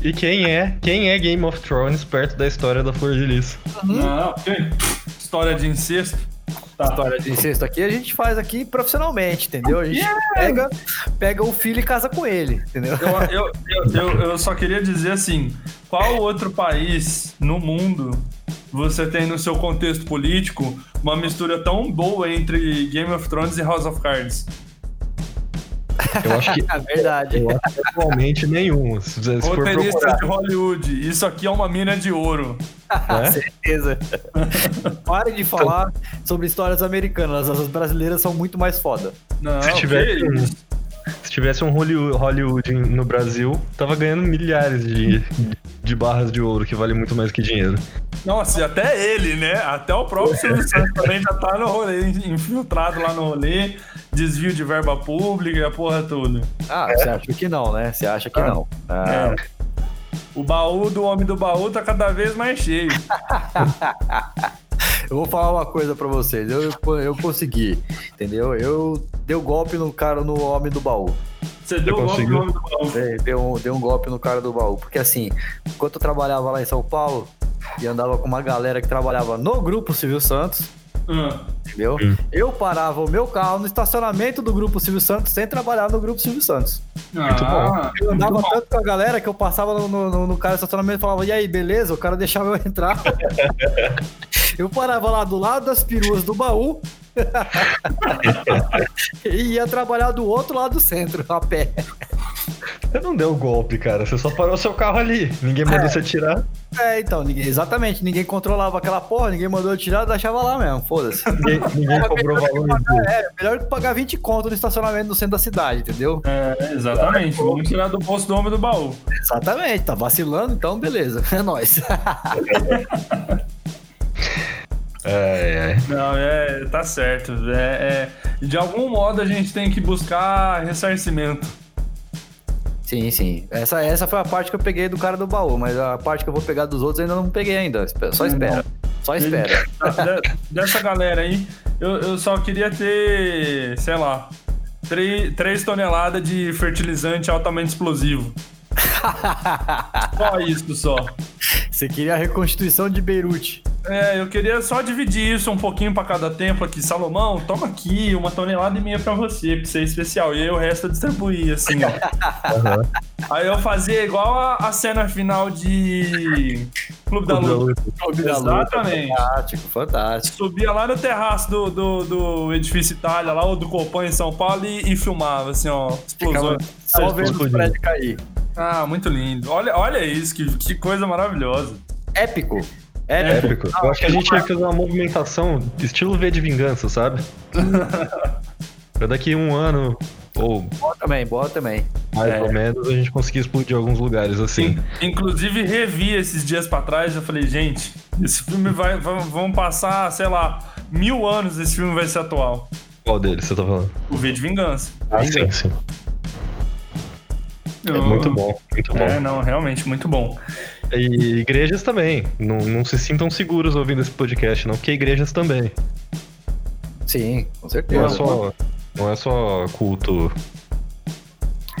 Speaker 1: E quem é? Quem é Game of Thrones perto da história da Flor de Lis?
Speaker 3: Não, que- história de incesto.
Speaker 2: A
Speaker 3: Tá.
Speaker 2: história de incesto aqui a gente faz aqui profissionalmente, entendeu? A gente
Speaker 3: Yeah!
Speaker 2: pega, pega o filho e casa com ele, entendeu?
Speaker 3: Eu, eu, eu, eu- eu só queria dizer assim: qual outro país no mundo você tem no seu contexto político uma mistura tão boa entre Game of Thrones e House of Cards?
Speaker 1: Eu acho que.
Speaker 2: É verdade.
Speaker 1: Eu acho que atualmente nenhum. Se, se for
Speaker 3: Roteirista
Speaker 1: procurar,
Speaker 3: de Hollywood, isso aqui é uma mina de ouro.
Speaker 1: né?
Speaker 2: Certeza. Parem de falar
Speaker 1: Ah,
Speaker 2: sobre histórias americanas. As brasileiras são muito mais foda.
Speaker 3: Não,
Speaker 1: Se tiver-
Speaker 3: que isso?
Speaker 1: Se tivesse um Hollywood, Hollywood em- no Brasil, tava ganhando milhares de, de barras de ouro, que vale muito mais que dinheiro.
Speaker 3: Nossa, e até ele, né? Até o próprio Silvio Santos também já tá no rolê, infiltrado lá no rolê, desvio de verba pública, a porra toda.
Speaker 2: Ah, você acha que não, né? Você acha que
Speaker 3: Ah.
Speaker 2: não. Ah,
Speaker 3: É. O baú do homem do baú tá cada vez mais cheio.
Speaker 2: Eu vou falar uma coisa pra vocês. Eu, eu consegui, entendeu? Eu dei um golpe no cara, no homem do baú.
Speaker 3: Você deu o golpe
Speaker 1: conseguiu?
Speaker 3: do homem do baú.
Speaker 2: É, Dei um, dei um golpe no cara do baú. Porque assim, enquanto eu trabalhava lá em São Paulo e andava com uma galera que trabalhava no grupo Silvio Santos,
Speaker 3: Ah,
Speaker 2: entendeu?
Speaker 1: Hum.
Speaker 2: Eu parava o meu carro no estacionamento do grupo Silvio Santos sem trabalhar no grupo Silvio Santos.
Speaker 3: ah,
Speaker 2: Eu andava
Speaker 3: muito bom.
Speaker 2: tanto com a galera que eu passava no, no, no- no cara do estacionamento e falava, e aí, beleza? O cara deixava eu entrar. eu parava lá do lado das peruas do baú e ia trabalhar do outro lado do centro, a pé.
Speaker 1: Você não deu golpe, cara. Você só parou seu carro ali. Ninguém mandou você tirar.
Speaker 2: É, então, ninguém- exatamente, ninguém controlava aquela porra, ninguém mandou eu tirar, eu deixava lá mesmo, foda-se.
Speaker 1: Ninguém, ninguém cobrou valor.
Speaker 2: É, melhor que pagar 20 conto no estacionamento no centro da cidade, entendeu?
Speaker 3: É, exatamente. Vamos tirar do bolso do homem do baú.
Speaker 2: Exatamente, tá vacilando, então beleza, é nóis.
Speaker 1: Ai, ai.
Speaker 3: Não, é, tá certo. É, é, de algum modo a gente tem que buscar ressarcimento.
Speaker 2: Sim, sim. Essa, essa foi a parte que eu peguei do cara do baú, mas a parte que eu vou pegar dos outros ainda não peguei ainda. Espe- Só espera. Só espera.
Speaker 3: Ah, De- Dessa galera aí, eu, eu só queria ter, sei lá, 3, toneladas de fertilizante altamente explosivo. só isso, só.
Speaker 2: Você queria a reconstituição de Beirute.
Speaker 3: É, eu queria só dividir isso um pouquinho pra cada templo aqui. Salomão, toma aqui uma tonelada e meia pra você, pra você é especial. E aí o resto eu distribuía, assim, ó.
Speaker 1: Aham.
Speaker 3: Aí eu fazia igual a, a cena final de Clube da Luta. Exatamente.
Speaker 2: Fantástico, fantástico.
Speaker 3: Subia lá no terraço do, do, do edifício Itália, lá, ou do Copan em São Paulo, e, e filmava, assim, ó,
Speaker 2: Ficava
Speaker 3: explosões.
Speaker 2: só vendo os
Speaker 1: explodindo.
Speaker 2: prédios cair.
Speaker 3: Ah, muito lindo. Olha, olha isso, que, que coisa maravilhosa.
Speaker 2: Épico. Épico.
Speaker 1: Épico. Eu acho que a gente vai fazer uma movimentação estilo V de vingança, sabe? pra daqui um ano ou
Speaker 2: Boa também, boa também.
Speaker 1: mais
Speaker 3: É.
Speaker 1: ou menos a gente conseguir explodir alguns lugares assim.
Speaker 3: In- Inclusive, revi esses dias pra trás, eu falei, gente, esse filme vai... va- Vão passar, sei lá, mil anos esse filme vai ser atual.
Speaker 1: Qual deles você tá falando?
Speaker 3: O V de Vingança.
Speaker 1: Ah, sim, sim. É muito bom, muito bom.
Speaker 3: É, não, realmente, muito bom.
Speaker 1: E igrejas também. Não, não se sintam seguros ouvindo esse podcast, não, porque igrejas também.
Speaker 2: Sim,
Speaker 1: Não
Speaker 2: com
Speaker 1: é
Speaker 2: certeza.
Speaker 1: só, não é só culto.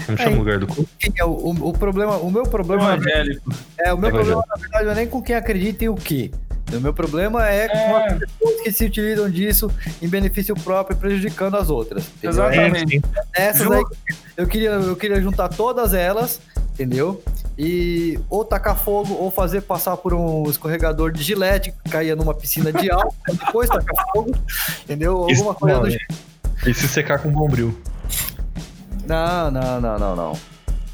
Speaker 1: Como chama
Speaker 2: É,
Speaker 1: o lugar do culto?
Speaker 2: Sim, é o, o- o problema, o meu problema
Speaker 3: Evangélico.
Speaker 2: é o meu
Speaker 1: Evangelho.
Speaker 2: problema, na verdade, não é nem com quem acredita em o quê. O meu problema é com
Speaker 3: É.
Speaker 2: as pessoas que se utilizam disso em benefício próprio e prejudicando as outras. entendeu?
Speaker 3: Exato. Exatamente.
Speaker 1: É, sim.
Speaker 2: Essas
Speaker 3: Ju-
Speaker 2: aí, eu queria, eu queria juntar todas elas, entendeu? E ou tacar fogo, ou fazer passar por um escorregador de gilete, que caía numa piscina de álcool, e depois tacar fogo, entendeu? Alguma
Speaker 1: Isso,
Speaker 2: coisa do
Speaker 1: mano.
Speaker 2: gênero.
Speaker 1: E se secar com bombril.
Speaker 2: Não, não, não, não, não.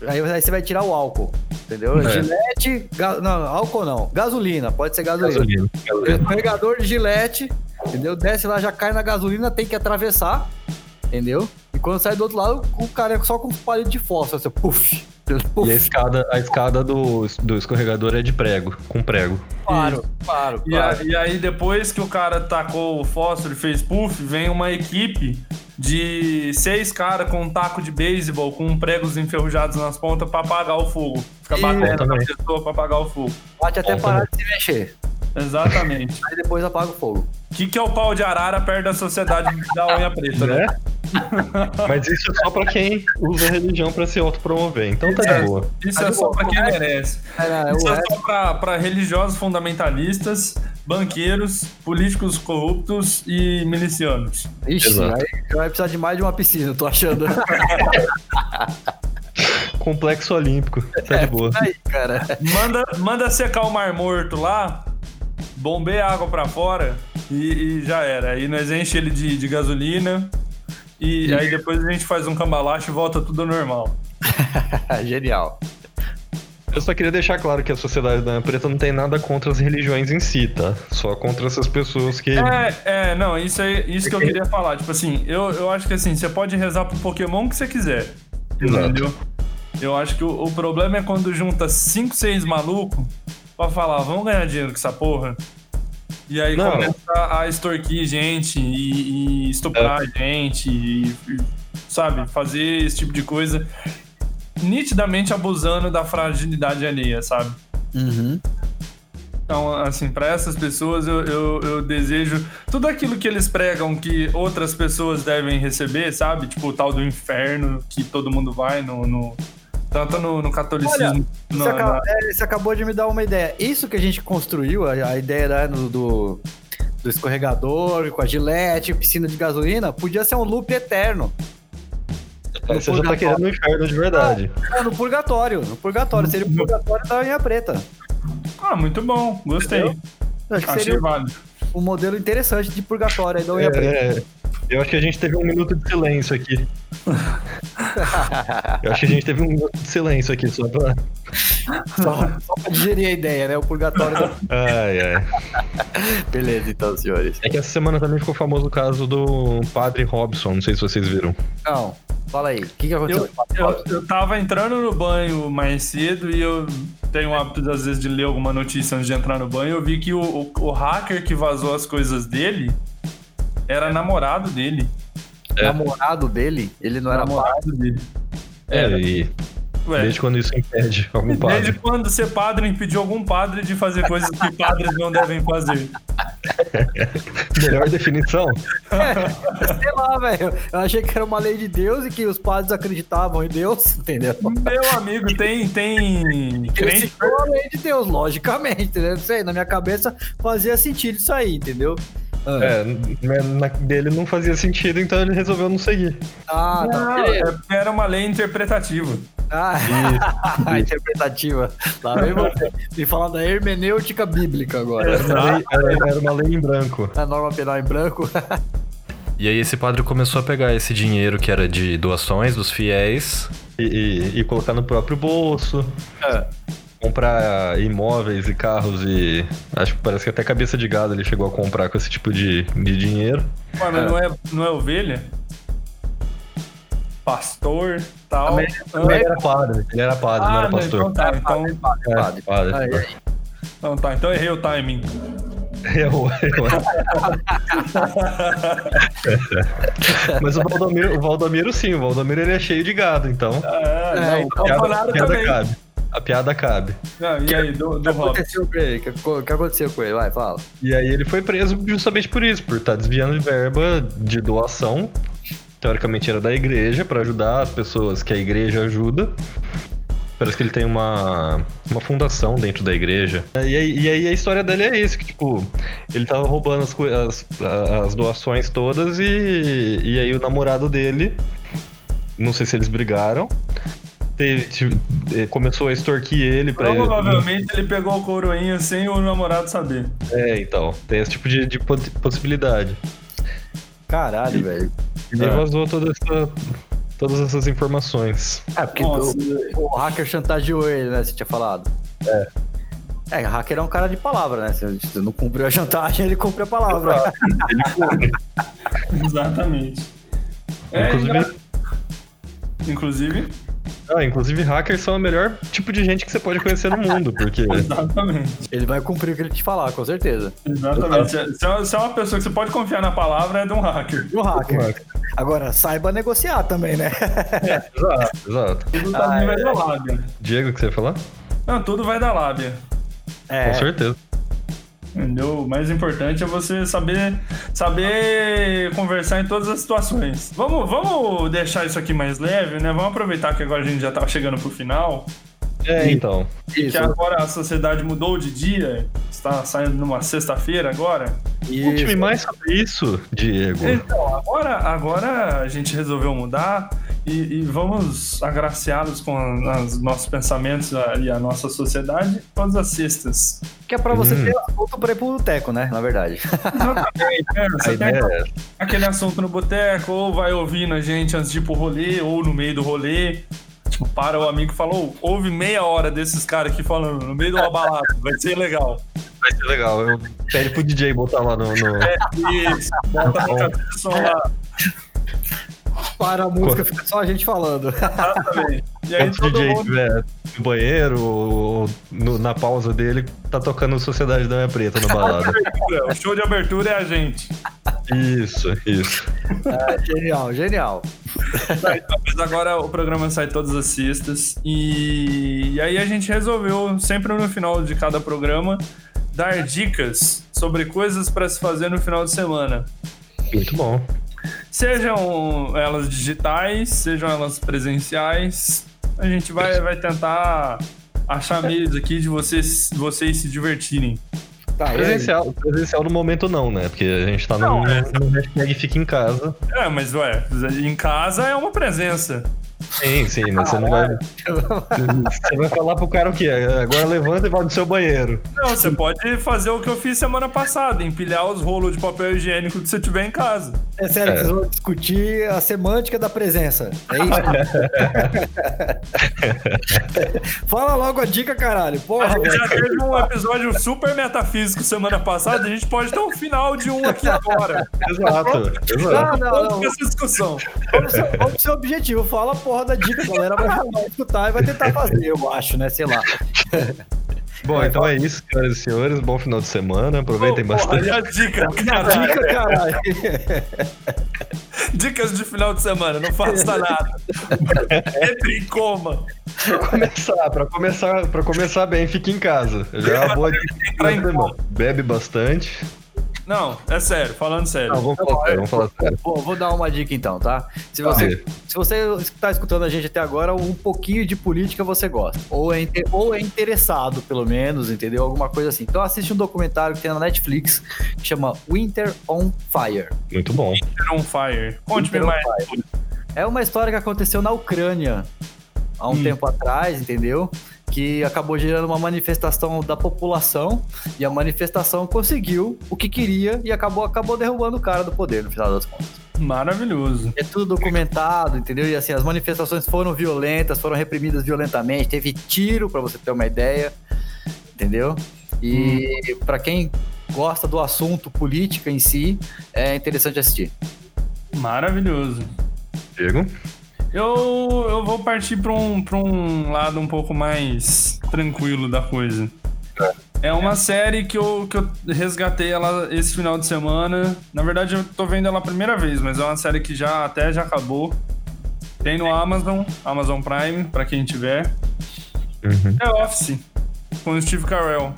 Speaker 2: Aí, aí você vai tirar o álcool, entendeu?
Speaker 1: É.
Speaker 2: Gilete, ga- não, álcool não, gasolina, pode ser gasolina.
Speaker 1: Gasolina. Gasolina.
Speaker 2: Escorregador de gilete, entendeu? Desce lá, já cai na gasolina, tem que atravessar, entendeu? E quando sai do outro lado, o cara é só com um palito de fósforo, assim, puff.
Speaker 1: E a
Speaker 2: Puf,
Speaker 1: escada, a escada do, do escorregador é de prego, com prego.
Speaker 2: claro, claro,
Speaker 3: E, a-
Speaker 2: claro.
Speaker 3: e aí, depois que o cara tacou o fósforo e fez puff, vem uma equipe de seis caras com um taco de beisebol, com pregos enferrujados nas pontas pra apagar o fogo. Fica
Speaker 2: Ih,
Speaker 3: batendo na
Speaker 1: também.
Speaker 3: pessoa pra apagar o fogo.
Speaker 2: Bate até
Speaker 1: Bom,
Speaker 2: parar de se mexer.
Speaker 3: Exatamente.
Speaker 2: Aí depois apaga o fogo.
Speaker 3: O que, que é o pau de arara perto da sociedade da unha preta, né?
Speaker 1: Mas isso é só pra quem usa a religião pra se autopromover. Então tá de boa.
Speaker 3: Isso
Speaker 2: Mas
Speaker 3: é
Speaker 2: o
Speaker 3: só pra
Speaker 2: bom,
Speaker 3: quem
Speaker 2: né?
Speaker 3: merece.
Speaker 2: Era,
Speaker 3: Isso
Speaker 2: o
Speaker 3: é
Speaker 2: resto,
Speaker 3: só pra, pra religiosos fundamentalistas, banqueiros, políticos corruptos e milicianos.
Speaker 2: ixi,
Speaker 1: Exato.
Speaker 2: aí já vai precisar de mais de uma piscina, eu tô achando.
Speaker 1: Complexo olímpico. Tá de
Speaker 2: É.
Speaker 1: boa.
Speaker 2: aí, cara.
Speaker 3: Manda, manda secar o mar morto lá, bombeia a água pra fora e, e já era. Aí nós enche ele de, de gasolina e aí depois a gente faz um cambalacho e volta tudo ao normal.
Speaker 2: Genial.
Speaker 1: Eu só queria deixar claro que a Sociedade da Ana Preta não tem nada contra as religiões em si, tá? Só contra essas pessoas que.
Speaker 3: É, é, não, isso é isso que eu queria falar. Tipo assim, eu, eu acho que assim, você pode rezar pro Pokémon que você quiser.
Speaker 1: Exato.
Speaker 3: Entendeu? Eu acho que o, o problema é quando junta 5, 6 malucos pra falar, vamos ganhar dinheiro com essa porra. E aí
Speaker 1: Não.
Speaker 3: começa a extorquir gente e, e estuprar
Speaker 1: É.
Speaker 3: gente e, e, sabe, fazer esse tipo de coisa. Nitidamente abusando da fragilidade alheia, sabe?
Speaker 2: Uhum.
Speaker 3: Então, assim, para essas pessoas eu, eu, eu desejo tudo aquilo que eles pregam que outras pessoas devem receber, sabe? Tipo o tal do inferno que todo mundo vai no. no- tanto no, no catolicismo. na-
Speaker 2: Você, acaba-
Speaker 3: na-
Speaker 2: é, você acabou de me dar uma ideia. Isso que a gente construiu, a, a ideia né, no- do, do escorregador, com a gilete, piscina de gasolina, podia ser um loop eterno.
Speaker 1: Aí você já tá
Speaker 2: purgatório.
Speaker 1: querendo um inferno de verdade.
Speaker 2: Não, no purgatório, no purgatório. Seria o purgatório da linha preta.
Speaker 3: Ah, muito bom, gostei.
Speaker 2: Entendeu? Acho que
Speaker 3: Achei
Speaker 2: seria
Speaker 3: válido.
Speaker 2: um modelo interessante de purgatório aí da unha preta.
Speaker 1: É, é. eu acho que a gente teve um minuto de silêncio aqui. eu acho que a gente teve um minuto de silêncio aqui, só pra.
Speaker 2: Só, só pra digerir a ideia, né? O purgatório da...
Speaker 1: Ai, ai.
Speaker 2: Beleza, então, senhores.
Speaker 1: É que essa semana também ficou famoso o caso do padre Robson, não sei se vocês viram.
Speaker 2: Não, fala aí. O que, que aconteceu?
Speaker 3: Eu, eu, eu tava entrando no banho mais cedo e eu tenho o hábito, às vezes, de ler alguma notícia antes de entrar no banho. Eu vi que o, o, o hacker que vazou as coisas dele era namorado dele.
Speaker 1: é.
Speaker 2: Namorado dele, ele não era namorado.
Speaker 3: Namorado dele.
Speaker 1: É, e
Speaker 3: Ué,
Speaker 1: desde quando isso impede algum
Speaker 3: Desde
Speaker 1: padre.
Speaker 3: quando ser padre impediu algum padre de fazer coisas que padres não devem fazer?
Speaker 1: Melhor definição.
Speaker 2: Sei lá, velho. Eu achei que era uma lei de Deus e que os padres acreditavam em Deus, entendeu?
Speaker 3: Meu amigo, tem, tem
Speaker 2: Ele
Speaker 3: crente,
Speaker 2: seguiu a lei de Deus, logicamente, entendeu? Não sei, na minha cabeça fazia sentido isso aí, entendeu? Ah,
Speaker 1: É, né, na- dele não fazia sentido, então ele resolveu não seguir.
Speaker 2: Ah, tá.
Speaker 3: Não,
Speaker 2: beleza.
Speaker 3: é- era uma lei interpretativa.
Speaker 2: Ah,
Speaker 1: Isso.
Speaker 2: interpretativa. Lá vem você. Me falando da hermenêutica bíblica agora.
Speaker 1: Era uma lei, era- era uma lei em branco.
Speaker 2: A norma penal em branco.
Speaker 4: E aí esse padre começou a pegar esse dinheiro que era de doações dos fiéis.
Speaker 1: E, e- e colocar no próprio bolso.
Speaker 3: Tá?
Speaker 1: Comprar imóveis e carros e. Acho que parece que até cabeça de gado ele chegou a comprar com esse tipo de, de dinheiro.
Speaker 3: Mano, não, é, não é ovelha? Pastor, tal.
Speaker 2: Amém.
Speaker 3: Ah,
Speaker 1: Ele era padre, ele era padre, não
Speaker 3: Ah,
Speaker 1: era
Speaker 3: não,
Speaker 1: pastor.
Speaker 3: então tá, então,
Speaker 1: É,
Speaker 2: padre.
Speaker 1: padre.
Speaker 2: Aí,
Speaker 3: então tá, então errei o timing.
Speaker 1: Errou, errou. Mas o Valdomiro, o Valdomiro sim, o Valdomiro ele é cheio de gado, então.
Speaker 3: Ah,
Speaker 2: É,
Speaker 3: não,
Speaker 2: então
Speaker 1: A
Speaker 3: o
Speaker 1: piada,
Speaker 3: Bolsonaro
Speaker 1: a piada
Speaker 3: também.
Speaker 1: cabe. A piada cabe.
Speaker 3: Não, e aí, do, do
Speaker 2: O que
Speaker 3: Rob?
Speaker 2: aconteceu com ele? O que, o que aconteceu com ele? Vai, fala.
Speaker 1: E aí ele foi preso justamente por isso, por estar desviando de verba de doação. Teoricamente era da igreja, pra ajudar as pessoas que a igreja ajuda. Parece que ele tem uma, uma fundação dentro da igreja. E aí, e aí a história dele é isso, que tipo, ele tava roubando as, coi- as, a- as doações todas e, e aí o namorado dele, não sei se eles brigaram, teve- tive- eh, começou a extorquir ele pra ele.
Speaker 3: Provavelmente ele pegou o coroinha sem o namorado saber.
Speaker 1: É, então, tem esse tipo de, de poss- possibilidade.
Speaker 2: Caralho, velho.
Speaker 1: E aí
Speaker 2: Ah.
Speaker 1: vazou toda essa- todas essas informações.
Speaker 2: É, porque
Speaker 3: Nossa.
Speaker 2: o, o hacker chantageou ele, né? Você tinha falado. É. É, hacker é um cara de palavra, né? Se se não cumpriu a chantagem, ele cumpre a palavra.
Speaker 3: Exatamente. É,
Speaker 1: Inclusive-
Speaker 3: engra- Inclusive,
Speaker 1: Ah, inclusive, hackers são o melhor tipo de gente que você pode conhecer no mundo, porque
Speaker 2: É.
Speaker 3: exatamente.
Speaker 2: Ele vai cumprir o que ele te falar, com certeza.
Speaker 3: Exatamente.
Speaker 2: Ah.
Speaker 3: Se é, se é uma pessoa que você pode confiar na palavra, é de um hacker.
Speaker 2: E o
Speaker 1: Uhum.
Speaker 2: hacker. Agora, saiba negociar também, né?
Speaker 1: Exato, exato.
Speaker 3: Tudo também
Speaker 2: Ah,
Speaker 3: vai
Speaker 2: é.
Speaker 3: da lábia.
Speaker 1: Diego, o que você ia falar?
Speaker 3: Não, tudo vai da lábia.
Speaker 2: É.
Speaker 1: Com certeza.
Speaker 3: Entendeu? O mais importante é você saber, saber conversar em todas as situações. Vamos, vamos deixar isso aqui mais leve, né? Vamos aproveitar que agora a gente já tá chegando pro final.
Speaker 1: É, então.
Speaker 3: Que
Speaker 2: Isso.
Speaker 3: agora a sociedade mudou de dia. Está saindo numa sexta-feira agora.
Speaker 1: Conte-me
Speaker 2: Isso.
Speaker 1: mais sobre isso, Diego.
Speaker 3: Então, agora, agora a gente resolveu mudar e, e vamos agraciá-los com a- as- nossos pensamentos a- e a nossa sociedade todas as sextas.
Speaker 2: Que é pra você
Speaker 1: Hum.
Speaker 2: ter assunto pra ir pro boteco, né? Na verdade.
Speaker 3: Exatamente, né?
Speaker 1: A
Speaker 3: Você tem
Speaker 1: ideia é
Speaker 3: aquele assunto no boteco, ou vai ouvindo a gente antes de ir pro rolê, ou no meio do rolê. Tipo, para o amigo e fala, "Ô, ouve meia hora desses caras aqui falando no meio de uma balada, vai ser legal.
Speaker 1: vai ser legal. Eu pede pro DJ botar lá no. no-
Speaker 3: Isso, bota na cabeça o som lá.
Speaker 2: Para a música, fica só a gente falando.
Speaker 3: Exatamente. E aí
Speaker 1: Enquanto o
Speaker 3: É, todo
Speaker 1: DJ
Speaker 3: mundo
Speaker 1: estiver no banheiro ou no- na pausa dele, tá tocando Sociedade da Minha Preta na balada.
Speaker 3: abertura. O show de abertura é a gente.
Speaker 1: isso, isso.
Speaker 2: É, genial, genial.
Speaker 3: Mas agora o programa sai todas as sextas. E... e aí a gente resolveu, sempre no final de cada programa, dar dicas sobre coisas pra se fazer no final de semana.
Speaker 1: Muito bom.
Speaker 3: Sejam elas digitais, sejam elas presenciais. A gente vai, vai tentar achar meios aqui de vocês, vocês se divertirem.
Speaker 2: Tá, e aí?
Speaker 1: Presencial, presencial no momento não, né? Porque a gente tá
Speaker 3: Não,
Speaker 1: no,
Speaker 3: é.
Speaker 1: no hashtag fica em casa.
Speaker 3: É, mas ué, em casa é uma presença.
Speaker 1: Sim, sim, mas você Ah, é. não vai. Você vai falar pro cara o quê? Agora levanta e vai no seu banheiro.
Speaker 3: Não, você pode fazer o que eu fiz semana passada, empilhar os rolos de papel higiênico que você tiver em casa.
Speaker 2: É sério,
Speaker 1: É.
Speaker 2: vocês vão discutir a semântica da presença. É isso? Fala logo a dica, caralho.
Speaker 3: A
Speaker 2: Porra,
Speaker 3: gente
Speaker 2: velho.
Speaker 3: já teve um episódio super metafísico semana passada, a gente pode ter um final de um aqui agora.
Speaker 1: Exato, exato.
Speaker 2: Não, não,
Speaker 3: Vamos
Speaker 2: não.
Speaker 3: com essa discussão.
Speaker 2: Vamos pro seu- vamos pro seu objetivo. Fala a porra da dica, a galera vai, vai escutar e vai tentar fazer, eu acho, né? Sei lá.
Speaker 1: Bom, então é isso, senhoras e senhores. Bom final de semana. Aproveitem
Speaker 3: Pô, porra,
Speaker 1: bastante.
Speaker 3: olha a dica, cara.
Speaker 2: Dica, caralho.
Speaker 3: Dicas de final de semana, não faça nada. Entre em coma.
Speaker 1: Pra começar, pra começar, pra começar bem, fique em casa. Já é uma boa dica.
Speaker 3: Entrar em coma.
Speaker 1: Bebe bastante. Tá é.
Speaker 3: Não, é sério, falando sério.
Speaker 1: Não, vamos falar sério, vamos falar sério.
Speaker 2: Bom, vou dar uma dica então, tá? Se você, se você está escutando a gente até agora, um pouquinho de política você gosta. Ou é, inte- ou é interessado, pelo menos, entendeu? Alguma coisa assim. Então assiste um documentário que tem na Netflix que chama Winter on Fire.
Speaker 1: Muito bom.
Speaker 3: Winter on Fire. Conte-me
Speaker 2: Winter on
Speaker 3: mais.
Speaker 2: É uma história que aconteceu na Ucrânia há um
Speaker 3: Hum.
Speaker 2: tempo atrás, entendeu? Que acabou gerando uma manifestação da população e a manifestação conseguiu o que queria e acabou, acabou derrubando o cara do poder, no final das contas.
Speaker 3: Maravilhoso.
Speaker 2: É tudo documentado, entendeu? E assim, as manifestações foram violentas, foram reprimidas violentamente, teve tiro, pra você ter uma ideia, entendeu? E pra quem gosta do assunto política em si, é interessante assistir.
Speaker 3: Maravilhoso.
Speaker 1: Diego?
Speaker 3: Eu, eu vou partir para um, pra um lado um pouco mais tranquilo da coisa. É uma série que eu, que eu resgatei ela esse final de semana. Na verdade, eu tô vendo ela a primeira vez, mas é uma série que já até já acabou. Tem no Amazon, Amazon Prime, para quem tiver. É Office, com o Steve Carell.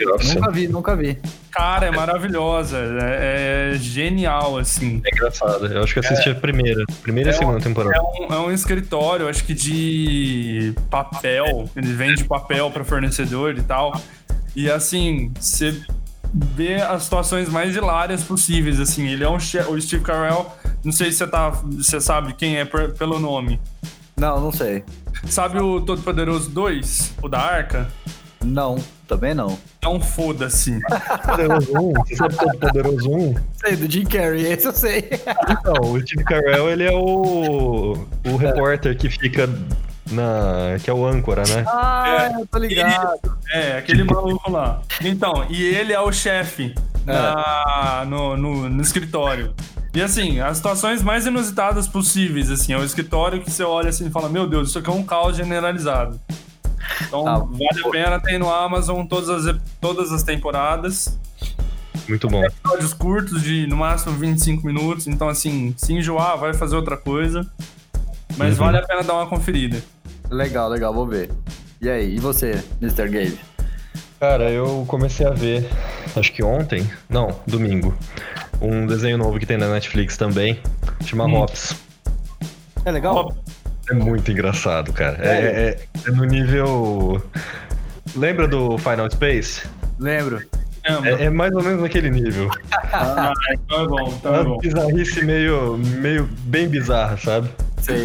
Speaker 1: Nossa,
Speaker 2: Nunca vi, nunca vi.
Speaker 3: Cara, é maravilhosa. É, é genial, assim.
Speaker 1: é engraçado. Eu acho que assisti a primeira. Primeira e
Speaker 3: É um-
Speaker 1: segunda temporada.
Speaker 3: É um, é um escritório, acho que de papel. Ele vende papel para fornecedor e tal. E assim, você vê as situações mais hilárias possíveis. Assim, ele é um che- o Steve Carell. Não sei se você, tá, você sabe quem é per- pelo nome.
Speaker 2: Não, não sei.
Speaker 3: Sabe o Todo Poderoso 2? O da Arca?
Speaker 2: Não, também não.
Speaker 3: É um foda-se.
Speaker 1: Poderoso 1. Você sabe todo Poderoso 1?
Speaker 2: Sei, do Jim Carrey, esse eu sei.
Speaker 1: Então, o Steve Carell, ele é o, o repórter que fica na... que é o âncora, né?
Speaker 2: Ah, eu tô ligado.
Speaker 3: É, aquele
Speaker 1: Tipo-
Speaker 3: maluco lá. Então, e ele é o chefe na- no, no- no escritório. E assim, as situações mais inusitadas possíveis, assim, é o escritório que você olha assim e fala, meu Deus, isso aqui é um caos generalizado. Então,
Speaker 2: Tá.
Speaker 3: vale a pena, tem no Amazon todas as, todas as temporadas.
Speaker 1: Muito bom.
Speaker 3: Episódios curtos de, no máximo, 25 minutos. Então, assim, se enjoar, vai fazer outra coisa. Mas
Speaker 1: Uhum.
Speaker 3: vale a pena dar uma conferida.
Speaker 2: Legal, legal, vou ver. E aí, e você, Mr. Gabe?
Speaker 1: Cara, eu comecei a ver, acho que ontem, não, domingo, um desenho novo que tem na Netflix também, chama
Speaker 3: Hum.
Speaker 1: Hops.
Speaker 2: É legal?
Speaker 1: É muito engraçado, cara. É, é- é no nível. Lembra do Final Space?
Speaker 2: Lembro.
Speaker 3: Caramba.
Speaker 1: É, é mais ou menos naquele nível.
Speaker 3: Ah, então é bom, então
Speaker 1: É
Speaker 3: é bom.
Speaker 1: uma bizarrice meio, meio bem bizarra, sabe?
Speaker 2: Sei.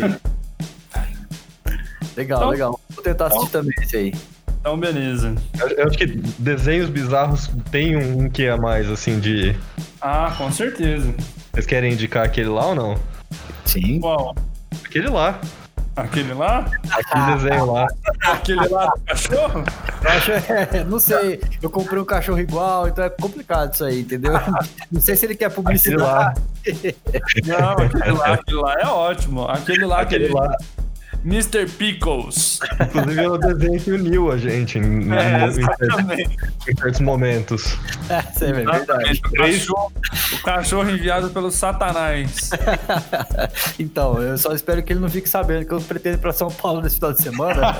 Speaker 2: Legal,
Speaker 3: Então-
Speaker 2: legal. Vou tentar assistir também esse aí.
Speaker 3: Então, beleza.
Speaker 1: Eu, eu acho que desenhos bizarros tem um, um que a mais, assim, de.
Speaker 3: Ah, com certeza.
Speaker 1: Vocês querem indicar aquele lá ou não?
Speaker 2: Sim.
Speaker 3: Qual?
Speaker 1: Aquele lá.
Speaker 3: Aquele lá? Ah,
Speaker 1: Aquele desenho lá.
Speaker 3: Aquele lá do cachorro?
Speaker 2: Eu acho- é, não sei, eu comprei um cachorro igual, então é complicado isso aí, entendeu? Não sei se ele quer publicidade.
Speaker 3: Não, aquele lá, aquele lá é ótimo. Aquele lá, aquele,
Speaker 1: Aquele lá,
Speaker 3: Mr. Pickles.
Speaker 1: inclusive, é o desenho que uniu a gente em, em-
Speaker 3: É,
Speaker 1: em certos,
Speaker 3: exatamente.
Speaker 1: em certos momentos.
Speaker 2: Isso aí é verdade.
Speaker 3: Exatamente. O cachorro, o cachorro enviado pelo Satanás.
Speaker 2: Então, eu só espero que ele não fique sabendo que eu pretendo ir pra São Paulo nesse final de semana.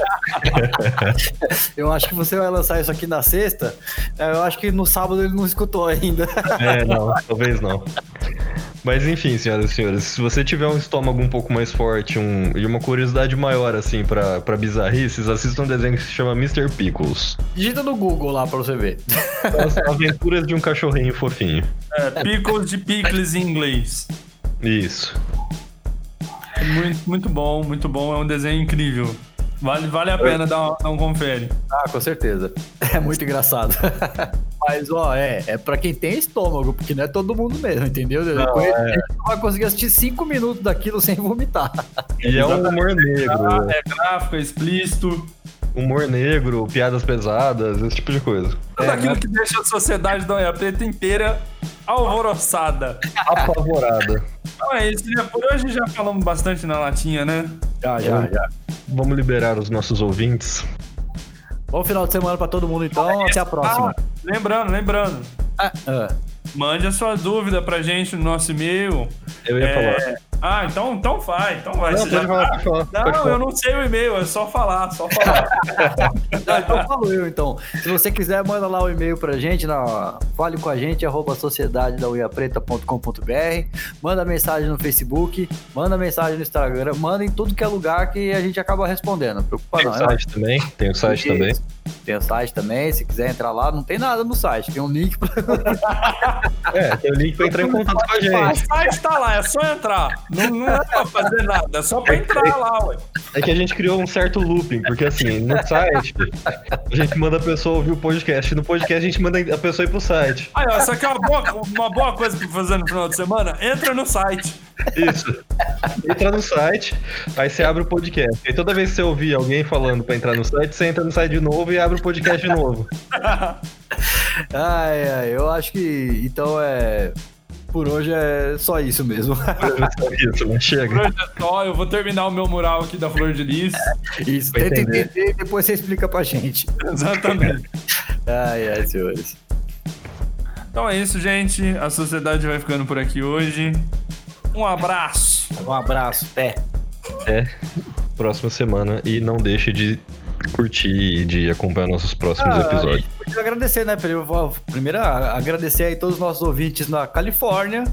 Speaker 2: eu acho que você vai lançar isso aqui na sexta. é, Eu acho que no sábado ele não escutou ainda.
Speaker 1: É, não, talvez não. Mas enfim, senhoras e senhores, se você tiver um estômago um pouco mais forte um, e uma curiosidade maior, assim, pra, pra bizarrices, assista um desenho que se chama Mr. Pickles.
Speaker 2: Digita no Google lá pra você ver.
Speaker 1: As aventuras de um cachorrinho fofinho.
Speaker 3: É, pickles de Pickles em inglês.
Speaker 1: Isso.
Speaker 3: Muito, muito bom, muito bom. É um desenho incrível. Vale, vale
Speaker 1: É.
Speaker 3: a pena dar um, dar um confere.
Speaker 2: Ah, com certeza. É muito engraçado. Mas, ó, é, é pra quem tem estômago, porque não é todo mundo mesmo, entendeu? Eu conheço gente que não é. vai conseguir assistir cinco minutos daquilo sem vomitar.
Speaker 1: E é um humor negro.
Speaker 3: É gráfico, é explícito.
Speaker 1: Humor negro, piadas pesadas, esse tipo de coisa.
Speaker 3: Tudo aquilo que deixa a sociedade da OEA Preta inteira alvoroçada.
Speaker 1: Apavorada.
Speaker 3: Então é isso, né? Por hoje já falamos bastante na latinha, né?
Speaker 2: Já, já, já.
Speaker 1: Vamos liberar os nossos ouvintes.
Speaker 2: Bom final de semana pra todo mundo, então. Até a próxima.
Speaker 3: Ah, lembrando, lembrando.
Speaker 2: Ah, ah.
Speaker 3: Mande a sua dúvida pra gente no nosso e-mail.
Speaker 1: Eu ia falar.
Speaker 3: Ah, então, então vai, então vai.
Speaker 1: Não,
Speaker 3: Você
Speaker 1: pode
Speaker 3: já-
Speaker 1: falar, pode falar.
Speaker 3: Não,
Speaker 1: pode falar.
Speaker 3: eu não sei o e-mail, é só falar, só falar.
Speaker 2: Ah, então falo eu, então. Se você quiser, manda lá o e-mail pra gente, na, fale com a gente, arroba sociedadedauiapreta.com.br, manda mensagem no Facebook, manda mensagem no Instagram, manda em tudo que é lugar que a gente acaba respondendo. Não preocupa
Speaker 1: Tem o
Speaker 2: não. é?
Speaker 1: site também, tem o site
Speaker 2: Isso.
Speaker 1: também.
Speaker 2: Tem o site também, se quiser entrar lá, não tem nada no site, tem um link pra
Speaker 1: É, tem o link pra entrar em contato com a
Speaker 3: O
Speaker 1: gente.
Speaker 3: site tá lá, é só entrar. Não, não é pra fazer nada, é só pra entrar lá, ué.
Speaker 1: É que a gente criou um certo looping, porque assim, no site, a gente manda a pessoa ouvir o podcast, no podcast a gente manda a pessoa ir pro site.
Speaker 3: Aí, ó, isso aqui é uma boa, uma boa coisa pra fazer no final de semana. Entra no site.
Speaker 1: Isso. Entra no site, aí você abre o podcast. E toda vez que você ouvir alguém falando pra entrar no site, você entra no site de novo e abre o podcast de novo.
Speaker 2: Ai, ai, eu acho que. Então é. Por hoje é só isso mesmo.
Speaker 1: Isso, mas
Speaker 3: Por
Speaker 1: chega.
Speaker 3: hoje é só, eu vou terminar o meu mural aqui da Flor de Lis.
Speaker 2: Isso,
Speaker 1: Vai
Speaker 2: tenta
Speaker 1: entender.
Speaker 2: entender e depois você explica pra gente.
Speaker 3: Exatamente.
Speaker 2: Ai, ai, senhores.
Speaker 3: Então é isso, gente. A sociedade vai ficando por aqui hoje. Um abraço.
Speaker 2: Um abraço, pé.
Speaker 1: Até próxima semana e não deixe de curtir e de acompanhar nossos próximos
Speaker 2: Ah,
Speaker 1: episódios.
Speaker 2: Eu quero agradecer, né? Primeiro, eu vou- primeiro, a- agradecer aí todos os nossos ouvintes na Califórnia,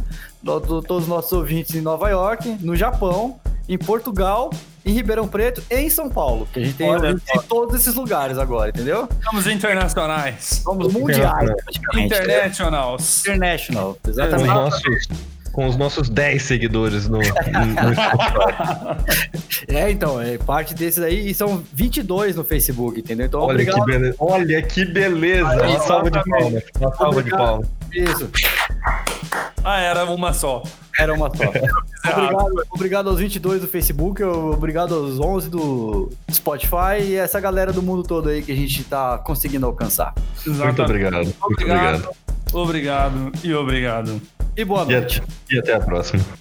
Speaker 2: no- to- todos os nossos ouvintes em Nova York, no Japão, em Portugal, em Ribeirão Preto e em São Paulo. Que a gente tem
Speaker 3: Olha
Speaker 2: ouvintes em todos esses lugares agora, entendeu?
Speaker 3: Estamos internacionais.
Speaker 2: Somos mundiais,
Speaker 1: Internacional.
Speaker 2: praticamente. né?
Speaker 3: Internationals.
Speaker 2: International,
Speaker 1: Com os
Speaker 2: exatamente.
Speaker 1: nossos, com os nossos 10 seguidores no, no Spotify.
Speaker 2: É, então, é parte desses aí, e são 22 no Facebook, entendeu? Então,
Speaker 1: Olha
Speaker 2: obrigado
Speaker 1: que beleza. Olha que beleza.
Speaker 3: Aí,
Speaker 1: Uma salva de palmas.
Speaker 3: exatamente.
Speaker 1: Uma salva de
Speaker 2: Obrigado.
Speaker 1: palmas.
Speaker 2: por isso.
Speaker 3: Ah, era uma só.
Speaker 2: Era uma só. obrigado, obrigado aos 22 do Facebook, eu- obrigado aos 11 do Spotify e essa galera do mundo todo aí que a gente tá conseguindo alcançar.
Speaker 1: Muito obrigado. Muito obrigado.
Speaker 3: Obrigado. Obrigado e obrigado.
Speaker 2: E boa
Speaker 1: E
Speaker 2: noite.
Speaker 1: at- e até a próxima.